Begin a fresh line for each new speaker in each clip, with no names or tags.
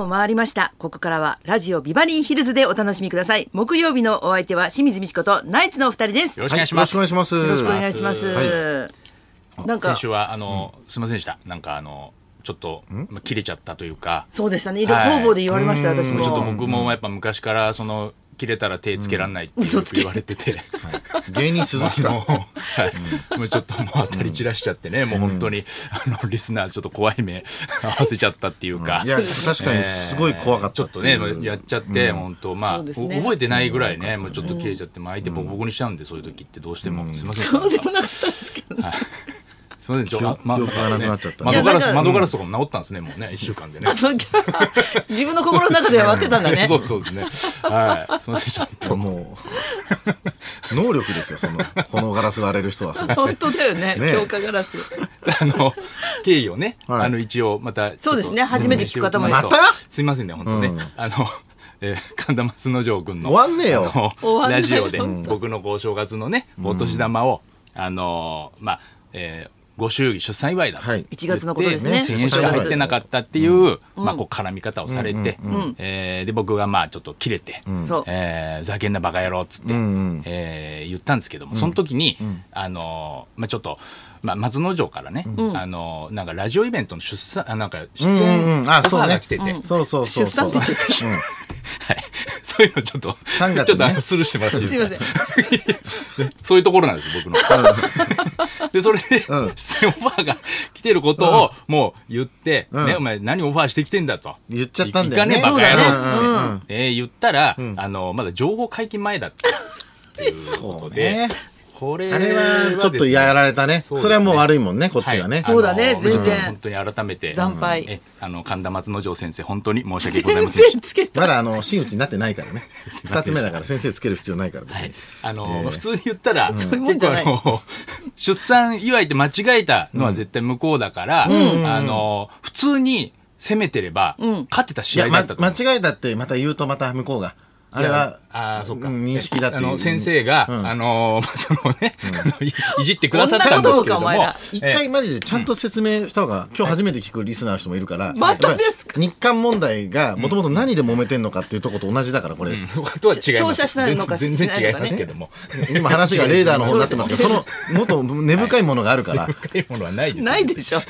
を回りました。ここからはラジオビバリーヒルズでお楽しみください。木曜日のお相手は清水美智子とナイツのお二人です。
よ
よ
ろしくお願いします。
はいよろしくお願
ろ
い
し
し
くお
ます
願いします。なんか
先週はあの、すみませんでした。なんかあのちょっとまあ切れちゃったというか、
そうでしたね。いろいろ
はい
方々で言われました。私
ちょっと
も。
僕もやっぱ昔からその切れたら手つけられないってよく言われてて。
芸人鈴 木
も
が
うはい、もうちょっともう当たり散らしちゃってね、もう本当にあのリスナーちょっと怖い目合わせちゃったっていうか、
いや確かにすごい怖かっ
ちょ
た
ってと
い
ね
う
やっちゃって、本当まあ、
そうです
お
ね
覚えてないぐらいね、もうちょっと切れちゃって、まあ相手ボコボコにしちゃうんでそういう時ってどうしても、すいません
そうでもなかったですけど。
すみませんちょあま
記憶がなくなっちゃった
窓ガラ
いやな
ス
んか
窓ガラスとかも治ったんですねもうね一週間でね
自分の心の中では割ってたんだね。
そうそうですねはいすみませんちょっと
もう 能力ですよそのこのガラス割れる人はその
本当だよね。
ね
強化ガラス。
あの経緯をね、
はい
あの一応また
そうですね
ちょっと
初めて聞く方もいる
説明しておきますとすみませんね本当ね、
うん
あの、えー神田松之丞君の
終わんねえよ
あの
終わんない
ラジオで
本当
僕のこう正月のねお年玉を、あのまあ、えーご祝儀出産祝いだと、
はい
1月のことですね。
1000円しか入ってなかったっていう、まあ、こう絡み方をされて、えーで僕がまあちょっと切れて、
そう
えーざけんなバカ野郎っつって、
うんうん
えー言ったんですけどもその時に、あのーまあ、ちょっと、まあ、松之丞からね、あのーなんかラジオイベントの出産あなんか出演
うんうん
オフ
あ
ァ
そう
ー
ね
が来てて。
そうそうそう
出産って言っちゃっ
そううん
はい、 そういうのちょっと、
3月ね
ちょっとあのスルーしてもらっていい
た。
ですす
い
か
ません。
そういうところなんです僕の。でそれで、
うん
出演オファーが来てることをもう言って、
うん
ねお前何オファーしてきてんだと
言っちゃったんだよね
いいかねバカ野郎っつって、
そうだね
うん
えー言ったら、あのまだ情報解禁前だったっていうことで、
ね
これ
あれはちょっとやられたね
そうですね
それはもう悪いもんねこっちが
は
ね
い
そうだね
あの
全然
ちょっと本当に改めて
惨敗
えあの神田松之丞先生本当に申し訳ござい
先
ませ
生
んでした
つけた。
まだあの真打ちになってな いからね
すいません
二つ目だから先生つける必要ないから別に
はい、 あの普通に言ったら、
ういうもんじゃない
結構あの出産祝いって間違えたのは絶対向こうだから、あの普通に攻めてれば、勝ってた
い
試
や
合だ
ま
ったと思う。
間違えたってまた言うとまた向こうがあれは
ああ、そうか。
うん認識だって
あ
いう
の、先生が、
うん
あの、 まあそのね、あのいいじってくださったんですけれど
こん
も
なことか、
一
え
回マジでちゃんと説明した方が、今日初めて聞くリスナーの人もいるから、
またですか
やっぱり日韓問題がもともと何で揉めてんのかっていうとこと同じだから、これ、
えとは違います。
照射しないのか
全
し
然
ない
全然違
のか
い
ね
ますけども。
今話がレーダーの方になってますけど、そのもっと根深いものがあるから、
深いものは ないですよ。
ないで しょ。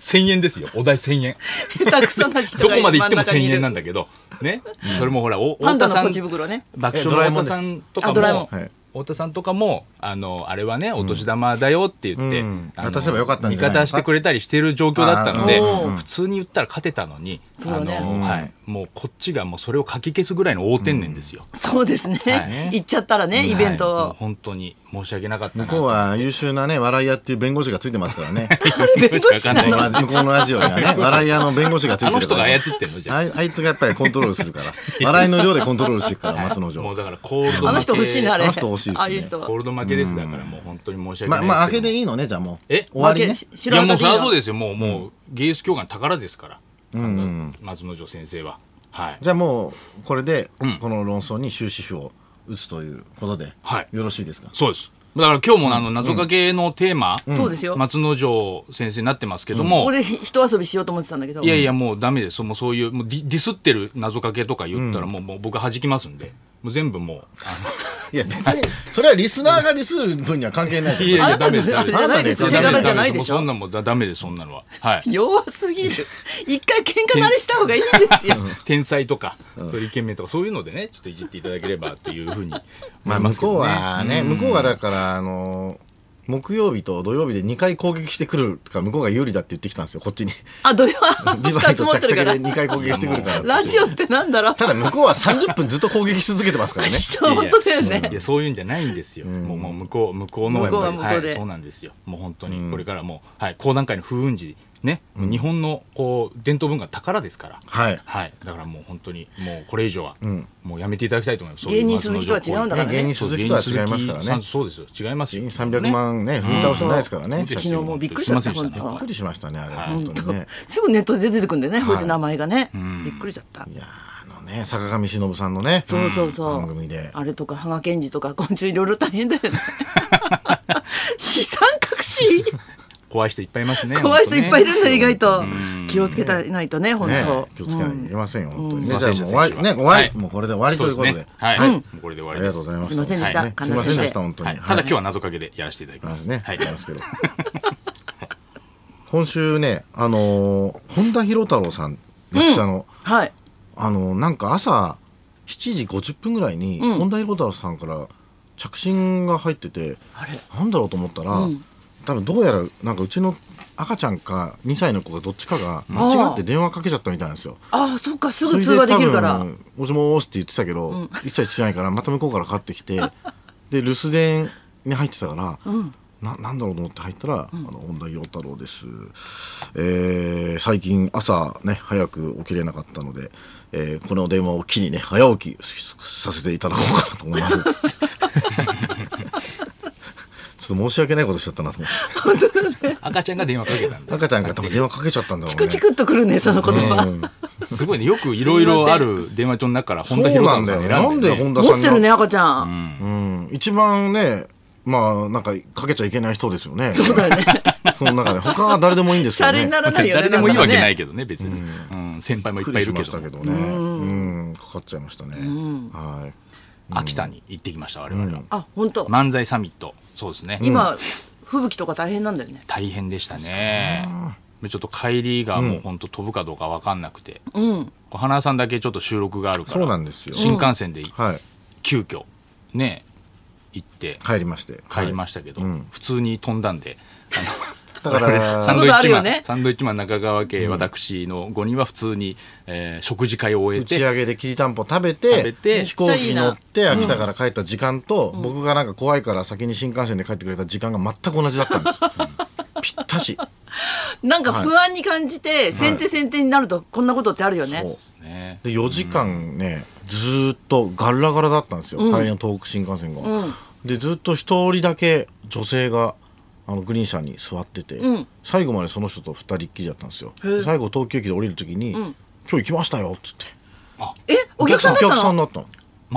1000円ですよ。お題1000円。
下手くそな人が
どこまで行っても
真ん中にい
1000
る
円なんだけど。ね。それもほら、お
パンダ
太田
の
さ
ポ
ん
チ。袋ね。
爆笑の太田さんとか
えドラえもん
も
あド
ラえもんはい、
太田さんとかも、あの、あれはね、お年玉だよって言って、
うん
あの
渡せばよかったんじ
味
ゃないの
方してくれたりしてる状況だったので、
あーうん
普通に言ったら勝てたのに、あ
そうだね
の、
うん
はい、もうこっちがもうそれをかき消すぐらいの大天然ですよ。
そうですね
は。
行っちゃったらね、イベン
はいもう
ト。
本当に申し訳な かったな
向こうは優秀なね、笑い屋っていう弁護士がついてますからね、
弁護士な
わかんない
の。
まあ向こうのラジオにはね、笑い屋の弁護士がつい
あ
て
の
る
人
か
が
ら、
操ってんのじゃあ
あいあいつがやっぱりコントロールするから、笑いの量でコントロールしていくから、松 之
もう
丞。
だからコールド負け
あの人欲しいな、あれ。
あの人欲しいですね
ああいう人は
コールド負けですだからもう本当に申し訳な
ま
い
あ、
ですけど。
まあ、明けでいいのね、じゃあもう。
え
終わりね
負。け知
い
ら
や
な
も
かっ
う
た
そ
らいい
りゃ
の
そうですよ。もう、もう、芸術教科の宝ですから。
うんうん
松之丞先生は。はい。
じゃあもうこれで
うん
この論争に終止符を打つということで、
はい
よろしいですか
そうです。だから今日もあの謎かけのテーマ、
そうですよ
松之丞先生になってますけども、
ここで一遊びしようと思ってたんだけど。
いやいやもうダメです。もうそういうもうディディスってる謎かけとか言ったらもう,、もう僕弾きますんで、もう全部もう
いや別にそれはリスナーがディスる分には関係ない
あの。いやい
あ
や
なた
ダメ
の
です。
あれじゃないですよ。
あな
手
たの
柄じゃないでし
そん
ょ。
なもんだダメですそんなのは。はい。
弱すぎる。一回喧嘩慣れした方がいいんですよ。
天才とか、取り決めとかそういうのでね、ちょっといじっていただければというふうに思い
まあ
ま
向
すけど
こう
ね
はね、向こうがだからあの木曜日と土曜日で2回攻撃してくるとか向こうが有利だって言ってきたんですよこっちに
あ、土曜
ビバ
二
イ
つ
と
持っ
着々
てるから
で。2回攻撃してくるから
ラジオってなんだろう。
ただ向こうは30分ずっと攻撃し続けてます からね
人本当だよ
いやい
ね。
やそういうんじゃないんですよ、もうもう向こう向こうの
向こうは
やっぱ
向
り
こうで
はい、そうなんですよもう本当にこれからもう、はい、講談会の風雲児ね、日本のこう伝統文化の宝ですから
はい
はいだからもう本当にもうこれ以上は、
ん
もうやめていただきたいと思います
芸人鈴木とは違うんだからね
芸人鈴木とは違いますから
そう芸人
ね
鈴木さんそうですよ違いますよ
300万ね踏み倒してないですからね
本当
び
に
昨
っ
日もびっくりしちゃった、
すいませ
本
んでした
当
く。りしましたねあれ本当に
本
ね
当すぐネットで出てくんでね、こうやっ
は
て
い
名前がね。びっくりしちゃった
い。やあのね坂上忍さんのね
そうそうそう。
番組で
あれとか、羽賀健二とか、今週いろいろ大変だよね。資産隠し
怖い人いっぱいいますね。
怖い人いっぱいいるんだ
よ
意外と
ん
気をつけたらないとね本
ね
当
気をつけないといけませんよ、本当に
う
ね。
ん
じゃあもう終わり、ね、終わ
は
り、
い
もうこれで終わりと
そう
い
です
うことで。
ね。はい。
はい
もうこれで終わ
あ
り
り
で
が
す。
とうございました。
すいませんでした
ね
神
す
田
いませんで
先
した、
生
本当に。
はいただ今日は謎かけでやらせていただき
ま
ま
ず
す。
ね、
はい
やりますけど。 今週ね、あのー本田博太郎さん、役者の、
はい
あのーなんか朝7時50分ぐらいに、
うん
本田博太郎さんから着信が入ってて、
あれ
なんだろうと思ったら、
うん
多分どうやらなんかうちの赤ちゃんか2歳の子がどっちかが間違って電話かけちゃったみたいなんですよ。
ああそっかすぐ通話できるから
それで多分もしもーしって言ってたけど、一切しないからまた向こうからかかってきてで留守電に入ってたから、ななんだろうと思って入ったら「あの本田洋太郎です、えー最近朝ね早く起きれなかったので、えーこの電話を機にね早起きしさせていただこうかなと思います」つってちょっと申し訳ないことしちゃったなと思って
赤ちゃんが電話かけたんだ。
赤ちゃんが多分電話かけちゃったんだろ
チ
うね
クチクっとくるねその言葉、
うん
すごいね。よくいろいろある電話帳の中から
そう
本田博
な
さ
ん
ん
だ
さん
よね
選ん
なんで本田さ
持
ん
っ
に
てるね赤ちゃん、
うん、一番ね、まあ、なんか、かけちゃいけない人ですよね。
そうだよね
その中で、他は誰でもいいんです
シ
けど
ャ
ね。
レにならないよね
誰でもいいわけない
んかね
けどね別に。うん先輩もいっ
びっく
ぱい
り
いる
し
け
ましたけ
ど。
どね。うん、かかっちゃいましたね。はい。
秋田に行ってきました我々は。
あ本当
漫才サミット。そうですね。
今吹雪とか大変なんだよね
大変でしたね。ちょっと帰りがもう本当飛ぶかどうか分かんなくて、
うん
こう花さんだけちょっと収録があるから
そうなんですよ
新幹線で
はい。
急遽ね行って
帰りまして。
帰りま
し
したけど、
はいうん
普通に飛んだんで
た。だか
サン
そ
ら、
う
ド
い
イ
うことあるよ
ッチマン、
ね
サンドイッチマン中川家、私の5人は普通に、えー食事会を終え
打ち
て
上げできりたんぽ食べ
食べ
て、
て
飛行機乗って、秋田から帰った時間と、僕がなんか怖いから先に新幹線で帰ってくれた時間が全く同じだったんです。ぴったし。
なんか不安に感じて、先手先手になるとこんなことってあるよね
そう
ね
で4時間ね、ずーっとガラガラだったんですよ、帰りの東北新幹線が、
うん
でずっと一人だけ女性があのグリーン車に座ってて、
うん
最後までその人と二人っきりだったんですよ
へえ
最後東京駅で降りる時に、今日行きましたよ」っつって
あ
えお客さんだ
お
っ
客
た
さん
の
だったの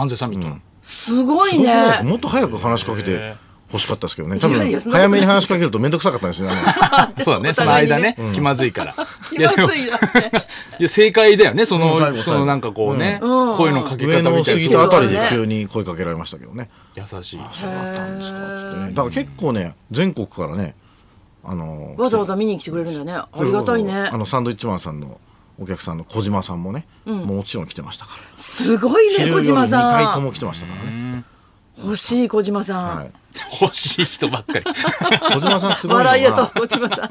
漫才サミットの、
すごい
すごくないですか
ね
もっと早く話しかけ
へ
て
え
欲しかったですけどね
や
多
いや
分
そんなことない
早めに話しかけると面倒くさかったんですよねあ
そうだね
お
その
互いに
間
ね
ね気まず いから、
気まず
も
いなって
いや正解だよねそ
うん最
の
後
そのなんかこうね、
うん
声のか け
の上
方
の
みた
過
いな
ぎ
す
た
ごい
あたりで
そうだね
急に声かけられましたけどね
優しい
そうだったんですかっつってねだから結構ね全国からねあのー
わざわざ見に来てくれるんだねありがたいね
あのサンドイッチマンさんのお客さんの小島さんもね、もちろん来てましたから。
すごいね
昼
小島
夜二回
さ
と
ん
も来てましたからね。
欲しい小島さん、
はい。
欲しい人ばっ かり
小島さんすごいの
笑いや
は
と小島さん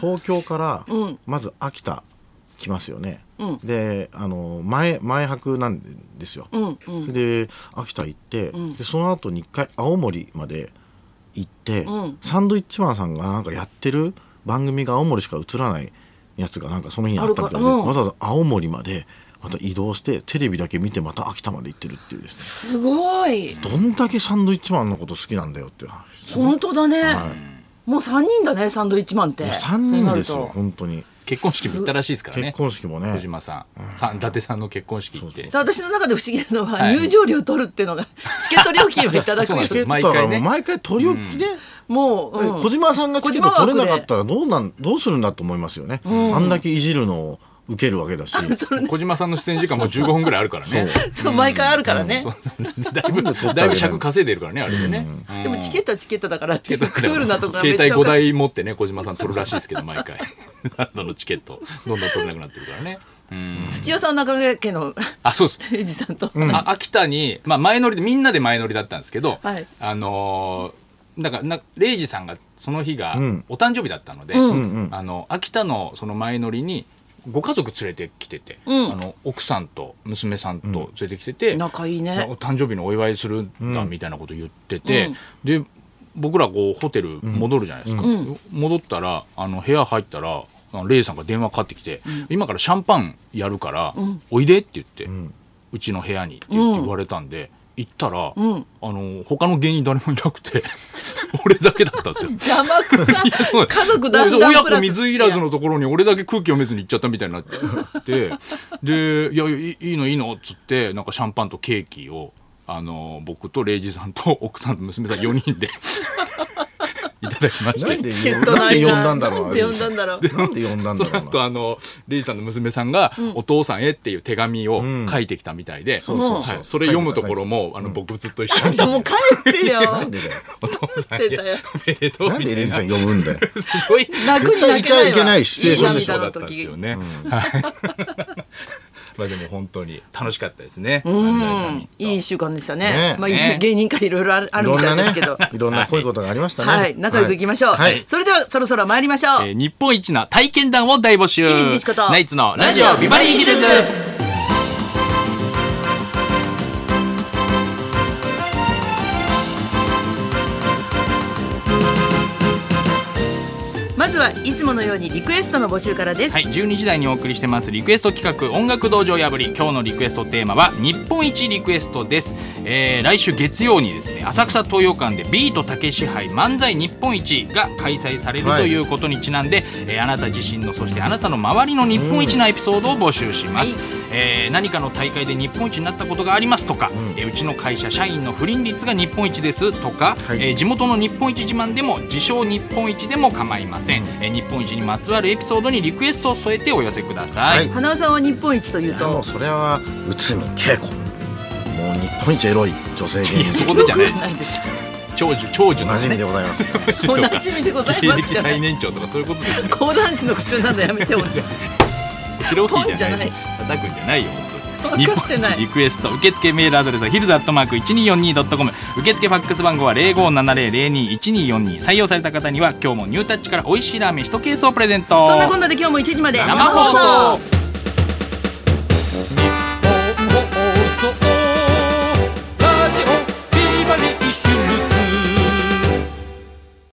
東京から
うん
まず秋田来ますよね。
うん
で、あの前前泊なんですよ。
うんうん
それで秋田行って、でその後に一回青森まで行って、
うん
サンドイッチマンさんがなんかやってる番組が青森しか映らないやつがなんかその日にあったみ
ある
たいで、
かうん
わざわざ青森までまた移動してテレビだけ見てまた秋田まで行ってるっていうです
すごい
ねどんだけサンドイッチマンのこと好きなんだよっていう話
本当だね、
は
もう3人だねサンドイッチマンって
3人です
そうな
よ
ると
本当に
結婚式も行ったらしいですからね
結婚式もね
小島さんさん伊達さんの結婚式行って
で私の中で不思議なのは、
はい
入場料取るっていうのが チケット料金をいただく
そうなん
チケットだ
毎
から
回
も
ね
う毎回取り置きで、
もう、うん
小島さんがチケット取れなかったらどうなんどうするんだと思いますよね、あんだけいじるのを受けるわけだし
小島さんの出演時間も15分ぐらいあるからね
そう毎回あるからね、
そうそうだいぶだいぶ尺稼いでるからねあれでね、うん
でもチケットはチケットだからって
チ
い
ケ
う
ッ
ク
トだから
ールなとこがめっ
携
ち
帯
ゃおかし
5台
い
持ってね小島さん取るらしいですけど毎回 何度のチケットどんどん取れなくなってるからね、うん、
土屋さん中川家の
あそうです
平治さんと、
あ秋田に、まあ、前乗りでみんなで前乗りだったんですけど、
はい
あのーなんかなレイジさんがその日が
うん
お誕生日だったので、
うん
うんうん
あの秋田のその前乗りにご家族連れてきてて、
うん
あの奥さんと娘さんと連れてきてて、
仲いい
なお
ね
誕生日のお祝いするんだ
うん
みたいなこと言ってて、で僕らこうホテル戻るじゃないですか、
うん
戻ったらあの部屋入ったらあのレイさんが電話かかってきて、今からシャンパンやるから、おいで」って言って、うちの部屋に」って言って言われたんで、行ったら、
うん
あの他の芸人誰もいなくて 俺だけだったんですよ。
邪魔くさ
そう
家族団らん
親
プラ
子
ス
水いらずのところに俺だけ空気読めずに行っちゃったみたいになってで「いやいいいいのいいの」っつってなんかシャンパンとケーキをあの僕とレイジさんと奥さんと娘さん4人で いただきまし
なん
て
で
チケット
なん
ない
で
な
呼んだんだろう
なんで呼んだんだろう
なんで呼んだん
その
だろう
後
な
あのレイさんの娘さんが、お父さんへっていう手紙を書いてきたみたいで、
そうそうそう
はいそれ読むところも、あの僕ずっと一緒に、
もう帰ってよ
なんでだよ
お父さん
帰っ
へ
てたよ
おめでとう
なん
みた
でレ
い
イ
な
さん呼ぶんだよ
すごい
泣くに泣けないわ
絶対いけないシチュエーションでしょ
いい
そうだ
涙
った
の
んですよ
時
ね。はい まあでも本当に楽しかったですね。
うん、いい
い
一週間でしたね
ね。
まあ、い
ね
芸人からいろいろあるあ
い
る
ろ
み
ん
た
な
で
い
す
ね
けど。
いろんなこういうことがありましたね
はい、仲良くいきましょう。
はい
それでは、そろそろ参りましょう。
えー日本一の体験談を大募集。
清水ミチコと
ナイツのラジオビバリーヒルズ。
まずはいつものようにリクエストの募集からです。
はい、12時台にお送りしてますリクエスト企画音楽道場破り今日のリクエストテーマは日本一リクエストです、えー来週月曜にですね浅草東洋館でビートたけし杯漫才日本一が開催される
はい
ということにちなんで、えーあなた自身のそしてあなたの周りの日本一なエピソードを募集します、えー何かの大会で日本一になったことがありますとか、うえーうちの会社社員の不倫率が日本一ですとか、
はい
えー地元の日本一自慢でも自称日本一でも構いません、えー日本一にまつわるエピソードにリクエストを添えてお寄せください、
はい
花尾さんは日本一という
いやも
と
う。それは内海恵子もう日本一エロい女性
い
芸
や
人
そこでじゃない
ないでし
長寿長寿
お
の
なじみ
ね
でございます
ょおなじみでござい
芸
ま
歴
すじゃない
最。年長とかそういうことですよ
講談師の口調なんだやめてもらって。
ヒロキーじゃ
ポンじゃな
ないい叩くんじゃないよ本当に日
分かって
本
ない
一リクエスト受付メールアドレスはヒルズアットマーク 1242.com 受付ファックス番号は0570-021242採用された方には今日もニュータッチから美味しいラーメン1ケースをプレゼント
そんなこんなで今日も1時まで
生放送
放送